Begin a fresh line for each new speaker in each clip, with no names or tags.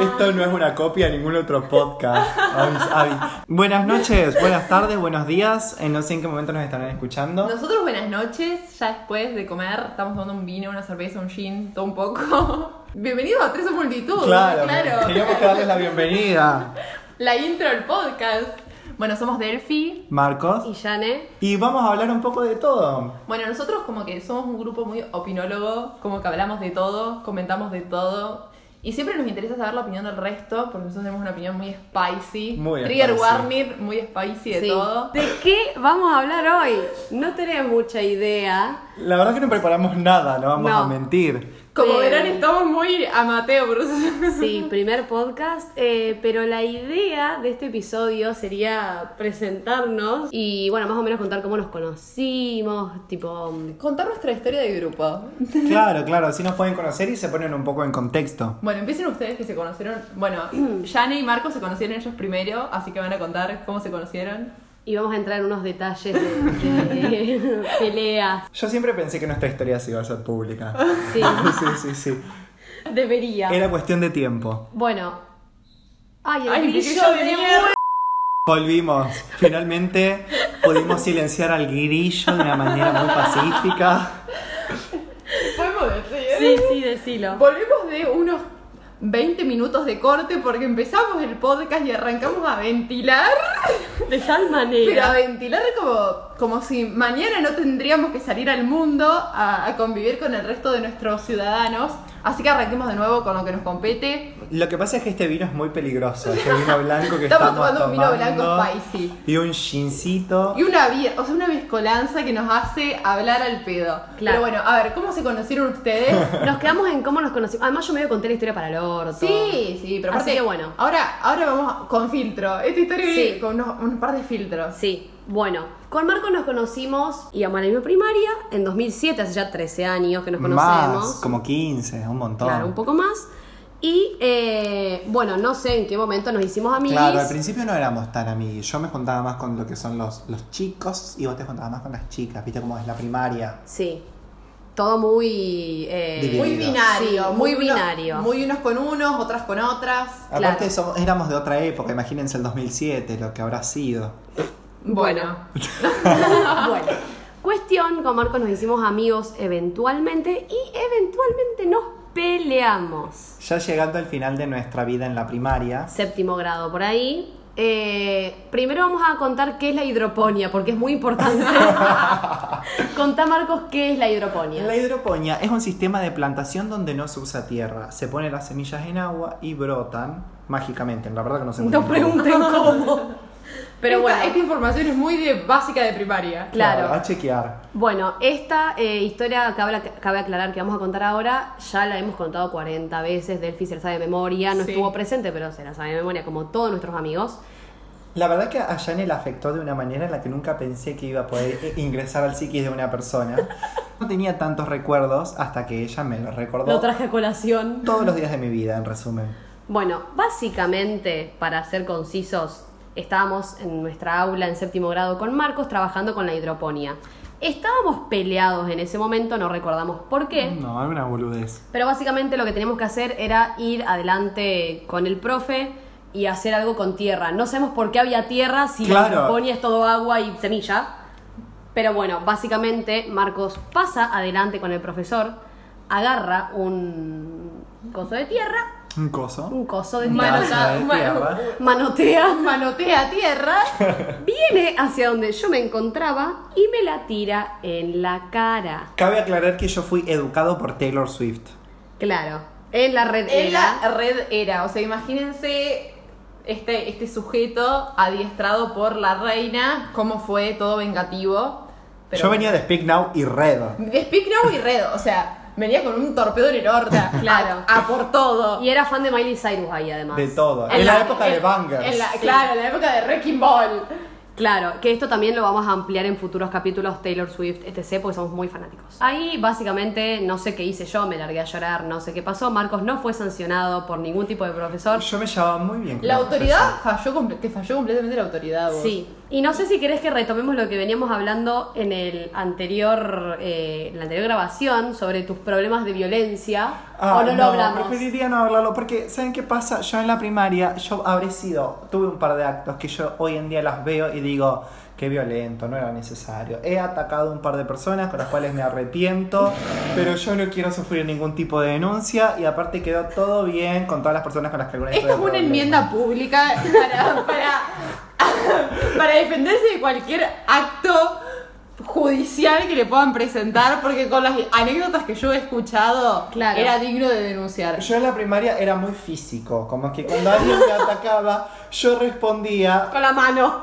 Esto no es una copia de ningún otro podcast. Ay, ay. Buenas noches, buenas tardes, buenos días. En no sé en qué momento nos estarán escuchando.
Nosotros buenas noches, ya después de comer, estamos tomando un vino, una cerveza, un gin, todo un poco. Bienvenidos a Tres o Multitud.
Teníamos que darles la bienvenida.
La intro del podcast. Bueno, somos Delphi
Marcos.
Y Jane,
Y vamos a hablar un poco de todo.
Bueno, nosotros como que somos un grupo muy opinólogo, como que hablamos de todo, comentamos de todo. Y siempre nos interesa saber la opinión del resto, porque nosotros tenemos una opinión muy spicy.
Muy
Trigger
spicy.
warning, muy spicy de
sí.
todo.
¿de qué vamos a hablar hoy? No tenemos mucha idea.
La verdad es que no preparamos nada, no vamos
No.
a mentir.
Como
Sí.
verán, estamos muy amateurs.
Sí, primer podcast, eh, pero la idea de este episodio sería presentarnos y, bueno, más o menos contar cómo nos conocimos, tipo...
Contar nuestra historia de grupo.
Claro, claro, así nos pueden conocer y se ponen un poco en contexto.
Bueno, empiecen ustedes que se conocieron. Bueno, Jane y Marco se conocieron ellos primero, así que van a contar cómo se conocieron.
Y vamos a entrar en unos detalles de, de peleas.
Yo siempre pensé que nuestra historia se iba a ser pública.
Sí,
Sí, sí, sí.
debería.
Era cuestión de tiempo.
Bueno. Ay, el
Ay,
brillo
brillo
de
de
mierda.
Volvimos. Finalmente pudimos silenciar al grillo de una manera muy pacífica.
Podemos decir.
Sí, sí, decilo.
Volvemos de unos 20 minutos de corte porque empezamos el podcast y arrancamos a ventilar.
De tal
Pero a
manera.
ventilar como, como si mañana no tendríamos que salir al mundo a, a convivir con el resto de nuestros ciudadanos. Así que arranquemos de nuevo con lo que nos compete.
Lo que pasa es que este vino es muy peligroso. Este vino blanco que
Estamos
estamos,
tomando un vino
tomando.
blanco spicy.
Y un gincito.
Y una, vi- o sea, una mezcolanza que nos hace hablar al pedo. Pero bueno, a ver, ¿cómo se conocieron ustedes?
Nos quedamos en cómo nos conocimos. Además, yo medio conté la historia para el orto.
Sí, sí, pero
Así
aparte,
que bueno.
Ahora, ahora vamos con filtro. Esta historia
Sí.
viene con unos- un par de filtros.
Sí, bueno, con Marco nos conocimos, íbamos a la misma primaria, en 2007, hace ya 13 años que nos conocemos.
Más, como 15, un montón.
claro, un poco más. Y eh, bueno, no sé en qué momento nos hicimos amigos.
Claro, al principio no éramos tan amigos. Yo me juntaba más con lo que son los, los chicos y vos te juntabas más con las chicas, viste cómo es la primaria.
sí, todo muy... eh,
Dividido.
Muy binario.
Sí, muy
uno-
binario.
muy unos con unos, otras con otras.
Claro.
Aparte somos- éramos de otra época, imagínense el 2007, lo que habrá sido.
Bueno.
bueno, cuestión, con Marco nos hicimos amigos eventualmente y eventualmente nos peleamos.
Ya llegando al final de nuestra vida en la primaria,
séptimo grado por ahí. Eh, primero vamos a contar qué es la hidroponía, porque es muy importante. Contá, Marcos, qué es la hidroponía.
La hidroponía es un sistema de plantación donde no se usa tierra. Se ponen las semillas en agua y brotan mágicamente. La verdad que no se
No pregunten cómo. Pero
Esta-
bueno,
Esta información es muy de básica de primaria.
claro.
A chequear.
bueno, esta eh, historia cabe, cabe aclarar que vamos a contar ahora, ya la hemos contado 40 veces, Delphi se la sabe de memoria, no
Sí.
estuvo presente, pero se la sabe de memoria, como todos nuestros amigos.
La verdad que a Jane la afectó de una manera en la que nunca pensé que iba a poder eh, ingresar al psiquis de una persona. No tenía tantos recuerdos hasta que ella me los recordó.
Lo traje a colación.
Todos los días de mi vida, en resumen.
Bueno, básicamente, para ser concisos, estábamos en nuestra aula en séptimo grado con Marcos trabajando con la hidroponía. Estábamos peleados en ese momento, no recordamos por qué,
No, es una boludez.
pero básicamente lo que teníamos que hacer era ir adelante con el profe y hacer algo con tierra. No sabemos por qué había tierra si
Claro.
la hidroponía es todo agua y semilla. Pero bueno, básicamente Marcos pasa adelante con el profesor, agarra un coso de tierra,
Un coso.
un Uh, coso de
Un
tierra
Manotazo de
Mano-
tierra.
manotea,
Manotea tierra.
viene hacia donde yo me encontraba y me la tira en la cara.
Cabe aclarar que yo fui educado por Taylor Swift.
Claro, en la red.
en
era.
la red era. O sea, imagínense este, este sujeto adiestrado por la reina, cómo fue todo vengativo. Pero
yo venía de Speak Now y Red.
De Speak Now y Red, o sea, venía con un torpedo en el horta.
Claro.
A, a por todo.
Y era fan de Miley Cyrus ahí además.
De todo. En,
En
la,
la-
época de
en-
Bangers.
en la- Claro, en la época de Wrecking Ball.
Claro, que esto también lo vamos a ampliar en futuros capítulos Taylor Swift, etc., porque somos muy fanáticos. Ahí básicamente no sé qué hice yo, me largué a llorar, no sé qué pasó. Marcos no fue sancionado por ningún tipo de profesor.
Yo me llevaba muy bien. con
La
los
autoridad falló, comple- te falló completamente la autoridad, vos.
Sí, y no sé si querés que retomemos lo que veníamos hablando en el anterior, eh, en la anterior grabación sobre tus problemas de violencia.
Ah,
o no, lo hablamos.
Preferiría no hablarlo porque, ¿saben qué pasa? Yo en la primaria, yo habré sido, tuve un par de actos que yo hoy en día las veo y digo, qué violento, no era necesario. He atacado a un par de personas con las cuales me arrepiento, pero yo no quiero sufrir ningún tipo de denuncia y aparte quedó todo bien con todas las personas con las que alguna vez
Esta es
tuve
una
problemas.
enmienda pública para, para, para defenderse de cualquier acto judicial que le puedan presentar, porque con las anécdotas que yo he escuchado,
Claro.
era digno de denunciar.
Yo en la primaria era muy físico, como que cuando alguien me atacaba, yo respondía,
Con la mano.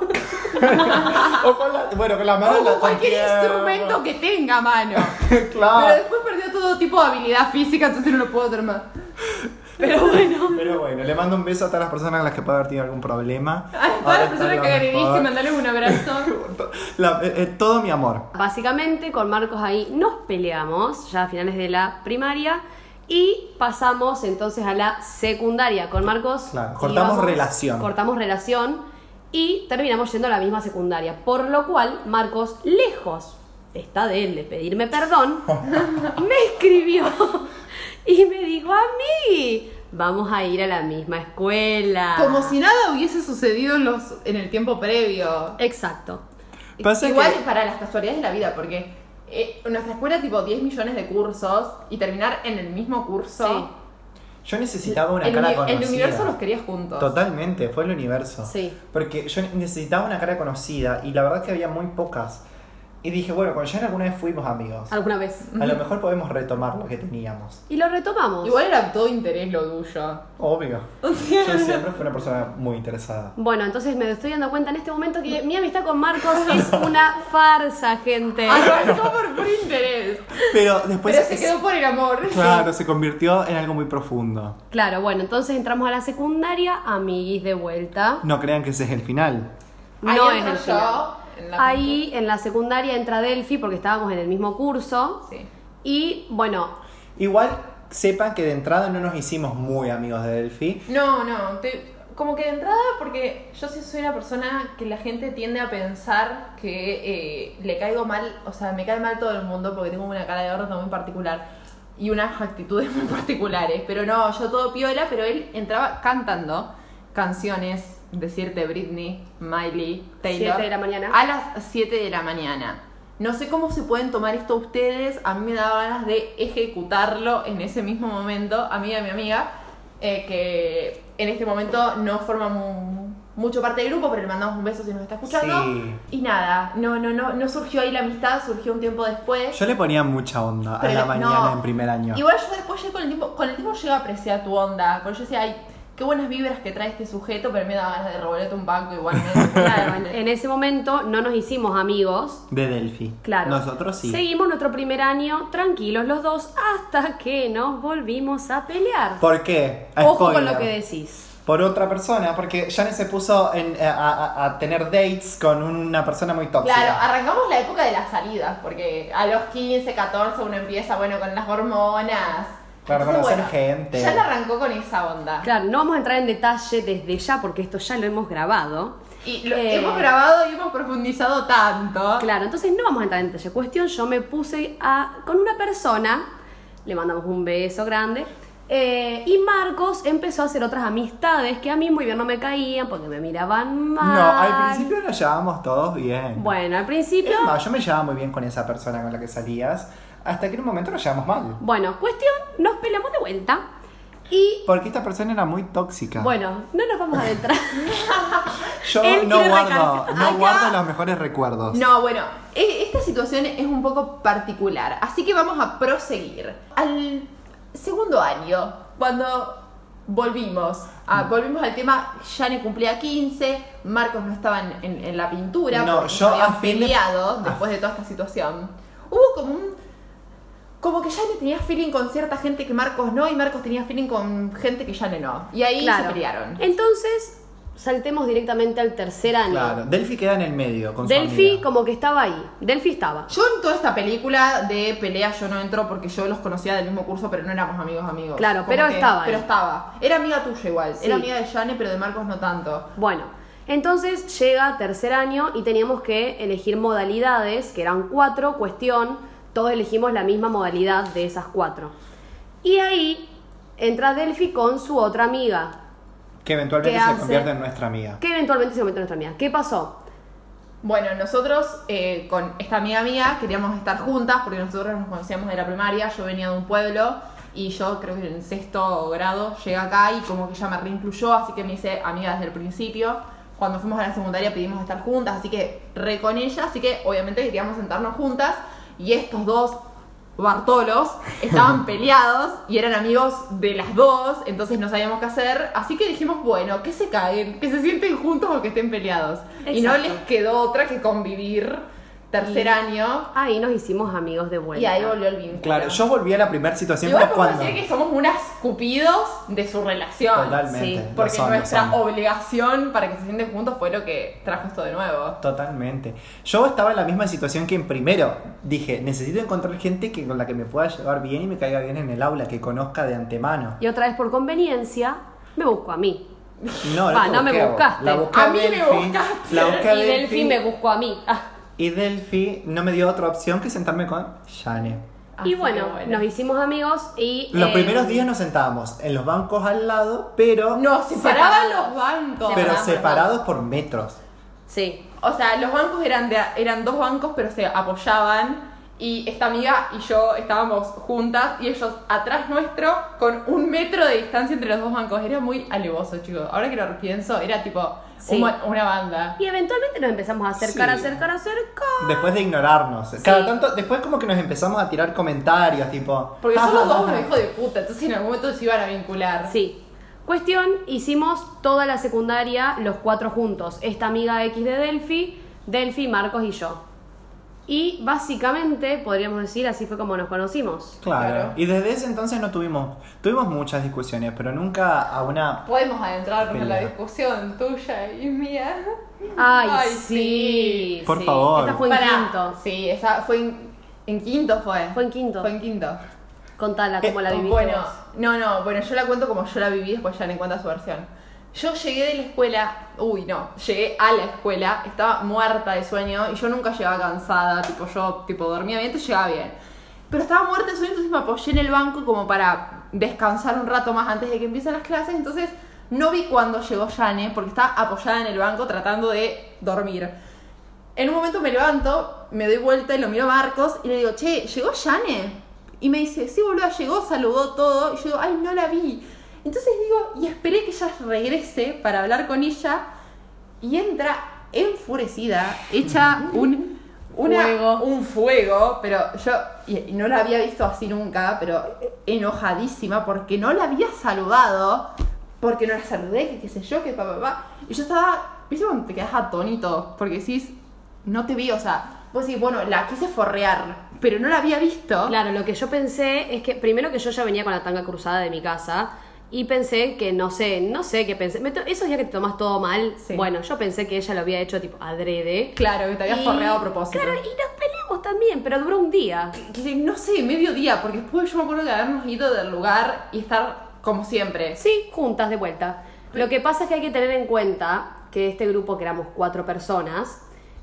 o con la, bueno, con la mano
Como
la
cualquier
contiene.
instrumento que tenga a mano. Pero
claro.
después perdió todo tipo de habilidad física, entonces no lo puedo hacer más. Pero bueno.
Pero bueno, le mando un beso a todas las personas a las que pueda haber tenido algún problema.
A todas las personas que agrediste, mandarles un abrazo.
eh, todo mi amor.
Básicamente con Marcos ahí nos peleamos ya a finales de la primaria y pasamos entonces a la secundaria con Marcos.
Claro, cortamos
íbamos-
relación.
Cortamos relación y terminamos yendo a la misma secundaria, por lo cual Marcos lejos está de él de pedirme perdón, me escribió y me dijo a mí, vamos a ir a la misma escuela.
Como si nada hubiese sucedido en, los, en el tiempo previo.
Exacto.
Pasa
Igual
que-
para las casualidades de la vida, porque eh, nuestra escuela tipo 10 millones de cursos y terminar en el mismo curso.
Sí.
Yo necesitaba una
el,
cara
uni-
conocida.
el universo los quería juntos.
Totalmente, fue el universo.
Sí.
Porque yo necesitaba una cara conocida y la verdad que había muy pocas. Y dije, bueno, con Jan alguna vez fuimos amigos.
Alguna vez.
A lo mejor podemos retomar lo que teníamos.
Y lo retomamos.
Igual era todo interés lo tuyo.
Obvio. Yo siempre fui una persona muy interesada.
Bueno, entonces me estoy dando cuenta en este momento que mi amistad con Marcos es una farsa, gente.
Arrancó por puro interés.
Pero después
pero se
Pues es-
quedó por el amor.
Claro, se convirtió en algo muy profundo.
Claro, bueno, entonces entramos a la secundaria, amiguis de vuelta.
No crean que ese es el final.
Ahí
No es
entro
el
yo,
final.
en la
Ahí en la secundaria entra Delphi porque estábamos en el mismo curso.
Sí.
Y bueno,
Igual sepan que de entrada no nos hicimos muy amigos de Delphi.
No, no, te- como que de entrada porque yo sí soy una persona que la gente tiende a pensar que eh, le caigo mal, o sea, me cae mal todo el mundo porque tengo una cara de gordo muy particular y unas actitudes muy particulares, pero no, yo todo piola, pero él entraba cantando canciones, decirte Britney, Miley, Taylor.
Siete de la mañana.
A las 7 de la mañana. No sé cómo se pueden tomar esto ustedes. A mí me daba ganas de ejecutarlo en ese mismo momento. Amiga de mi amiga, eh, que en este momento no forma mu- mucho parte del grupo, pero le mandamos un beso si nos está escuchando.
Sí.
Y nada, no, no, no, no surgió ahí la amistad, surgió un tiempo después.
Yo le ponía mucha onda
Pero
a la
no.
mañana en primer año.
Igual yo después ya con el tiempo, con el tiempo llego a apreciar tu onda. Porque yo decía, ay, qué buenas vibras que trae este sujeto, pero me daba ganas de robarle un banco igualmente.
claro, en, en ese momento no nos hicimos amigos.
De Delphi.
Claro.
Nosotros sí.
Seguimos nuestro primer año tranquilos los dos hasta que nos volvimos a pelear.
¿Por qué? A
Ojo con
spoiler.
lo que decís.
Por otra persona, porque Janet se puso en- eh, a, a- a tener dates con una persona muy tóxica.
Claro, arrancamos la época de las salidas, porque a los 15, 14 uno empieza, bueno, con las hormonas.
Claro,
Entonces,
conocer gente.
Ya le arrancó con esa onda.
Claro, no vamos a entrar en detalle desde ya porque esto ya lo hemos grabado.
Y lo
Eh,
hemos grabado y hemos profundizado tanto.
Claro, entonces no vamos a entrar en detalle. Cuestión, yo me puse a, con una persona, le mandamos un beso grande, eh, y Marcos empezó a hacer otras amistades que a mí muy bien no me caían porque me miraban mal.
No, al principio nos llevábamos todos bien.
Bueno, al principio...
Es más, yo me llevaba muy bien con esa persona con la que salías, hasta que en un momento nos llevamos mal.
Bueno, cuestión, nos peleamos de vuelta y...
Porque esta persona era muy tóxica.
Bueno, no nos vamos a adentrar.
yo
él
no
quiere
guardo,
recalcar-
no
Acá-
guardo los mejores recuerdos.
No, bueno, e- esta situación es un poco particular, así que vamos a proseguir. Al segundo año, cuando volvimos,
Mm.
a- volvimos al tema, Jane cumplía 15, Marcos no estaba en, en- en la pintura,
No,
porque
yo
se habían
a fin de- Ah.
peleado
a-
después de toda esta situación. Hubo como un... Como que Jane tenía feeling con cierta gente que Marcos no y Marcos tenía feeling con gente que Jane no. Y ahí
claro.
se pelearon.
Entonces, saltemos directamente al tercer año.
Claro, Delphi queda en el medio con su
Delphi
amiga.
como que estaba ahí. Delphi estaba.
Yo en toda esta película de pelea yo no entro porque yo los conocía del mismo curso, pero no éramos amigos amigos.
Claro, pero estaban.
Pero estaba. Era amiga tuya igual.
Sí.
Era amiga de Jane, pero de Marcos no tanto.
Bueno, entonces llega tercer año y teníamos que elegir modalidades, que eran cuatro, cuestión, todos elegimos la misma modalidad de esas cuatro. Y ahí entra Delphi con su otra amiga,
Que eventualmente
¿Qué
se
hace?
convierte en nuestra amiga.
que eventualmente se convirtió en nuestra amiga. ¿Qué pasó?
Bueno, nosotros eh, con esta amiga mía queríamos estar juntas porque nosotros nos conocíamos de la primaria, yo venía de un pueblo y yo creo que en sexto grado llegué acá y como que ella me reincluyó, así que me hice amiga desde el principio. Cuando fuimos a la secundaria pedimos estar juntas, así que re con ella, así que obviamente queríamos sentarnos juntas y estos dos Bartolos estaban peleados y eran amigos de las dos, entonces no sabíamos qué hacer, así que dijimos, bueno, que se caguen, que se sienten juntos o que estén peleados. Y no
Exacto.
les quedó otra que convivir tercer
Y-
año
Ahí nos hicimos amigos de vuelta.
y ahí volvió el vínculo.
Claro, yo volví a la primera situación
Igual
pero
podemos
cuando.
decir que somos unas cupidos de su relación.
Totalmente.
Sí,
lo
Porque
son, lo
nuestra
son.
obligación para que se sienten juntos fue lo que trajo esto de nuevo.
Totalmente. Yo estaba en la misma situación que en primero. Dije, necesito encontrar gente que, con la que me pueda llevar bien y me caiga bien en el aula, que conozca de antemano.
Y otra vez por conveniencia, me busco a mí.
No,
Pa, no me
busqué a vos.
buscaste.
La busqué
A
a,
mí me
Delphi,
buscaste.
La busqué a
y Delphi
Delphi.
me buscó a mí. Ah.
Y Delphi no me dio otra opción que sentarme con Jane.
Así
Y
que
bueno, nos hicimos amigos y...
Los
eh,
primeros días nos sentábamos en los bancos al lado, pero,
nos separaban
Separados.
los bancos.
pero
separados.
separados por metros.
Sí.
O sea, los bancos eran, de- eran dos bancos, pero se apoyaban. Y esta amiga y yo estábamos juntas y ellos atrás nuestro con un metro de distancia entre los dos bancos. Era muy alevoso, chicos. Ahora que lo pienso, era tipo
Sí.
un ba- una banda.
Y eventualmente nos empezamos a acercar,
Sí.
acercar, acercar.
Después de ignorarnos. Cada tanto, después como que nos empezamos a tirar comentarios, tipo. "Ah,
Porque
"Ja,
son los
ja, ja,
dos unos
ja".
hijos de puta, entonces en algún momento se iban a vincular.
Sí. Cuestión, hicimos toda la secundaria los cuatro juntos. Esta amiga X de Delphi, Delphi, Marcos y yo. Y básicamente, podríamos decir, así fue como nos conocimos.
Claro.
Claro.
Y desde ese entonces no tuvimos. Tuvimos muchas discusiones, pero nunca a una.
Podemos adentrarnos en la
Pelea.
discusión tuya y mía.
Ay,
Ay,
sí.
Por
sí.
favor.
Esta fue en
Pará.
quinto.
Sí, esa fue en, en quinto fue.
Fue en quinto.
Fue en quinto.
Contala cómo la
Eh,
viviste.
Bueno,
vos.
no, no, bueno, yo la cuento como yo la viví, después ya le cuenta su versión. Yo llegué de la escuela, uy, no, llegué a la escuela, estaba muerta de sueño y yo nunca llegaba cansada, tipo yo, tipo dormía bien, entonces llegaba bien. Pero estaba muerta de sueño, entonces me apoyé en el banco como para descansar un rato más antes de que empiecen las clases, entonces no vi cuándo llegó Jane porque estaba apoyada en el banco tratando de dormir. En un momento me levanto, me doy vuelta y lo miro a Marcos y le digo, che, ¿llegó Yane? Y me dice, sí, boludo, llegó, saludó todo. Y yo digo, ay, no la vi. Entonces digo, y esperé que ella regrese para hablar con ella. Y entra enfurecida, hecha un, una-
Fuego.
un fuego, pero yo y- y no la había visto así nunca, pero enojadísima porque no la había saludado, porque no la saludé, que qué sé yo, que papá, papá. Y yo estaba, ¿viste cuando te quedas atónito? Porque decís, no te vi, o sea, vos decís, bueno, la quise forrear, pero no la había visto.
Claro, lo que yo pensé es que primero que yo ya venía con la tanga cruzada de mi casa y pensé que no sé, no sé qué pensé. Me to- esos días que te tomas todo mal,
Sí.
bueno, yo pensé que ella lo había hecho tipo adrede.
Claro, que te habías
Y-
forreado a propósito.
Claro, y nos peleamos también, pero duró un día.
Que- no sé, mediodía, porque después yo me acuerdo de habernos ido del lugar y estar como siempre.
Sí, juntas de vuelta. Lo que pasa es que hay que tener en cuenta que este grupo, que éramos cuatro personas,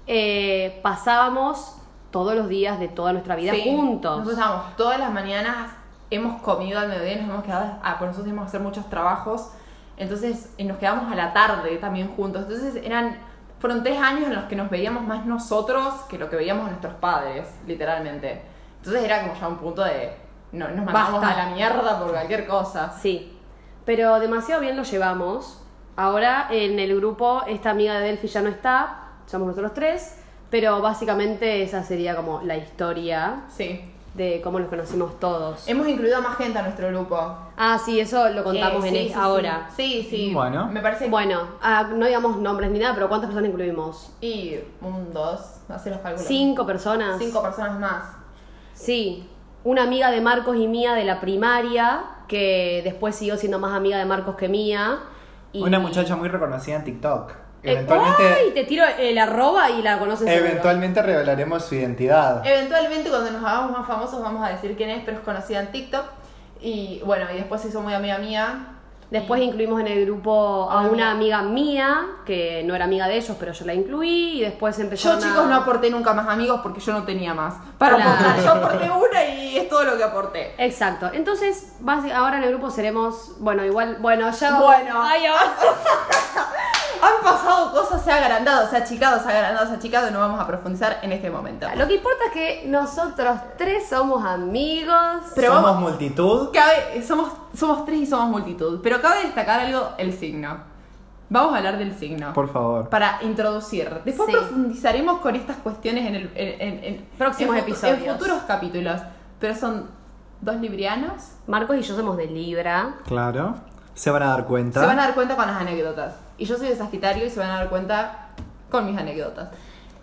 eh, pasábamos todos los días de toda nuestra vida
Sí.
juntos.
Nosotros estábamos todas las mañanas, hemos comido al mediodía, nos hemos quedado. Ah, pues nosotros tenemos que hacer muchos trabajos. Entonces eh, nos quedamos a la tarde también juntos. Entonces eran. Fueron tres años en los que nos veíamos más nosotros que lo que veíamos a nuestros padres, literalmente. Entonces era como ya un punto de. No, nos mandamos
Basta.
a la mierda por cualquier cosa.
Sí, pero demasiado bien lo llevamos. Ahora en el grupo esta amiga de Delphi ya no está, somos nosotros tres, pero básicamente esa sería como la historia
Sí.
de cómo nos conocimos todos.
Hemos incluido a más gente a nuestro grupo.
Ah, sí, eso lo contamos
Eh,
en
sí,
el-
sí,
ahora.
Sí, sí. sí.
Bueno.
Me parece.
Bueno, ah, no digamos nombres ni nada, pero ¿cuántas personas incluimos?
Y un, dos, hacer los cálculos.
¿Cinco personas?
Cinco personas más.
Sí, una amiga de Marcos y mía de la primaria, que después siguió siendo más amiga de Marcos que mía. y-
Una muchacha muy reconocida en TikTok.
Eh,
Eventualmente,
¡Ay! Te tiro el arroba y la conoces seguro.
eventualmente revelaremos su identidad.
Eh, Eventualmente cuando nos hagamos más famosos vamos a decir quién es, pero es conocida en TikTok. Y bueno, y después se hizo muy amiga mía.
Después incluimos en el grupo
Ah.
a una amiga mía, que no era amiga de ellos, pero yo la incluí. Y después
Yo,
empezaron a-
chicos, no aporté nunca más amigos porque yo no tenía más. Para
Claro.
aportar, yo aporté una y es todo lo que aporté.
Exacto. Entonces, basi- ahora en el grupo seremos... Bueno, igual... Bueno, ya...
Bueno.
Ay, ahora-
Han pasado cosas, se ha agrandado, se ha achicado, se ha agrandado, se ha achicado y no vamos a profundizar en este momento.
Lo que importa es que nosotros tres somos amigos.
Pero
Somos
vamos-
multitud.
Cabe- somos, somos tres y somos multitud, pero cabe destacar algo, el signo. Vamos a hablar del signo.
Por favor.
Para introducir. Después
Sí.
profundizaremos con estas cuestiones en, el, en- en- en-
Próximos
en futu-
episodios.
En futuros capítulos. Pero son dos librianos.
Marcos y yo somos de Libra.
Claro. Se van a dar cuenta.
Se van a dar cuenta con las anécdotas. Y yo soy de Sagitario y se van a dar cuenta con mis anécdotas.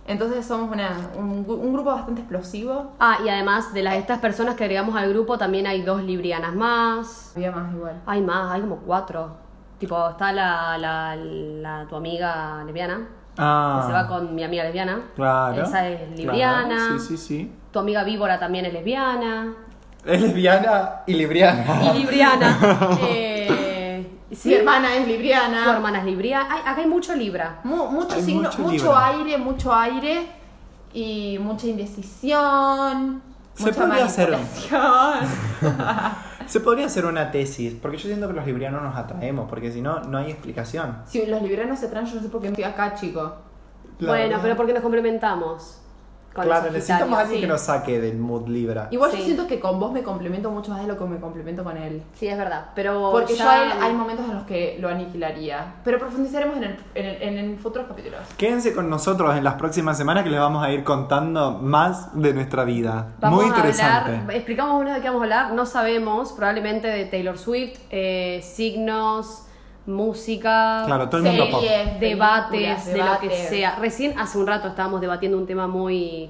Entonces somos una- un, gru- un grupo bastante explosivo.
Ah, y además de las estas personas que agregamos al grupo, también hay dos librianas más.
Había más igual.
Hay más, hay como cuatro. Tipo, está la, la, la- tu amiga lesbiana,
Ah.
que se va con mi amiga lesbiana.
Claro.
Esa es
Claro,
libriana.
Sí, sí, sí.
Tu amiga víbora también es lesbiana.
Es lesbiana y libriana.
Y libriana. eh, sí,
Mi hermana es libriana.
Tu hermana es libriana. Ay, acá hay mucho libra.
Mu- mucho
Hay
signo,
mucho
mucho,
libro.
aire, mucho aire y mucha indecisión.
Se
mucha
podría hacer-
manipulación.
Se podría hacer una tesis, porque yo siento que los librianos nos atraemos, porque si no, no hay explicación.
Si los libranos se traen, yo no sé por qué estoy acá, chico.
Ah,
La
bueno,
verdad.
pero porque nos complementamos. Con los
Claro, necesitamos a
Sagitarios.
alguien que nos saque del mood libra.
Igual
Sí.
yo siento que con vos me complemento mucho más de lo que me complemento con él.
Sí, es verdad. Pero
Porque
Oh, ya-
yo a él hay momentos en los que lo aniquilaría. Pero profundizaremos en, el, en, el- en el futuros capítulos.
Quédense con nosotros en las próximas semanas que les vamos a ir contando más de nuestra vida.
Vamos
Muy
A
interesante.
hablar, explicamos ahora de qué vamos a hablar, no sabemos, probablemente de Taylor Swift, eh, signos, música,
Claro, todo el mundo
Series,
pop.
debates,
películas,
de lo que
debates.
sea. Recién hace un rato estábamos debatiendo un tema muy,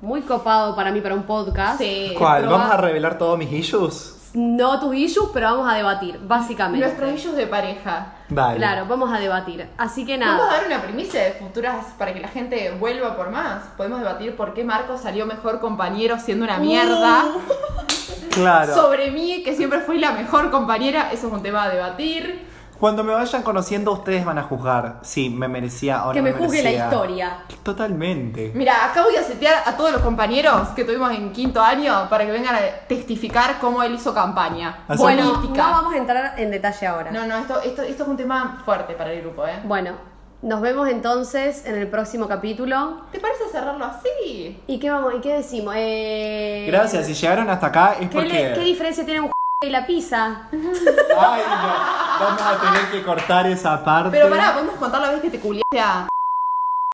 muy copado para mí, para un podcast.
Sí.
¿Cuál?
proba-
¿Vamos a revelar todos mis issues?
No tus issues, pero vamos a debatir, básicamente.
Nuestros issues de pareja.
Dale.
Claro, vamos a debatir. Así que
Vamos a
nada.
dar una primicia de futuras para que la gente vuelva por más. Podemos debatir por qué Marco salió mejor compañero siendo una mierda.
Uh. Claro.
Sobre mí, que siempre fui la mejor compañera. Eso es un tema a debatir.
Cuando me vayan conociendo, ustedes van a juzgar si me merecía o
Que
no
me
me
juzgue la
merecía.
historia.
Totalmente.
Mira, acá voy a setear a todos los compañeros que tuvimos en quinto año para que vengan a testificar cómo él hizo campaña.
Hacemos-
Bueno, no
Política.
vamos a entrar en detalle ahora.
No, no, esto, esto, esto es un tema fuerte para el grupo, ¿eh?
Bueno, nos vemos entonces en el próximo capítulo.
¿Te parece cerrarlo así?
¿Y qué, vamos, y qué decimos? Eh,
Gracias, si llegaron hasta acá es
¿Qué,
porque.
le- qué diferencia tiene un y la pizza?
Ay, no. Vamos a tener que cortar esa parte.
Pero pará, podemos contar la vez que te culiaste a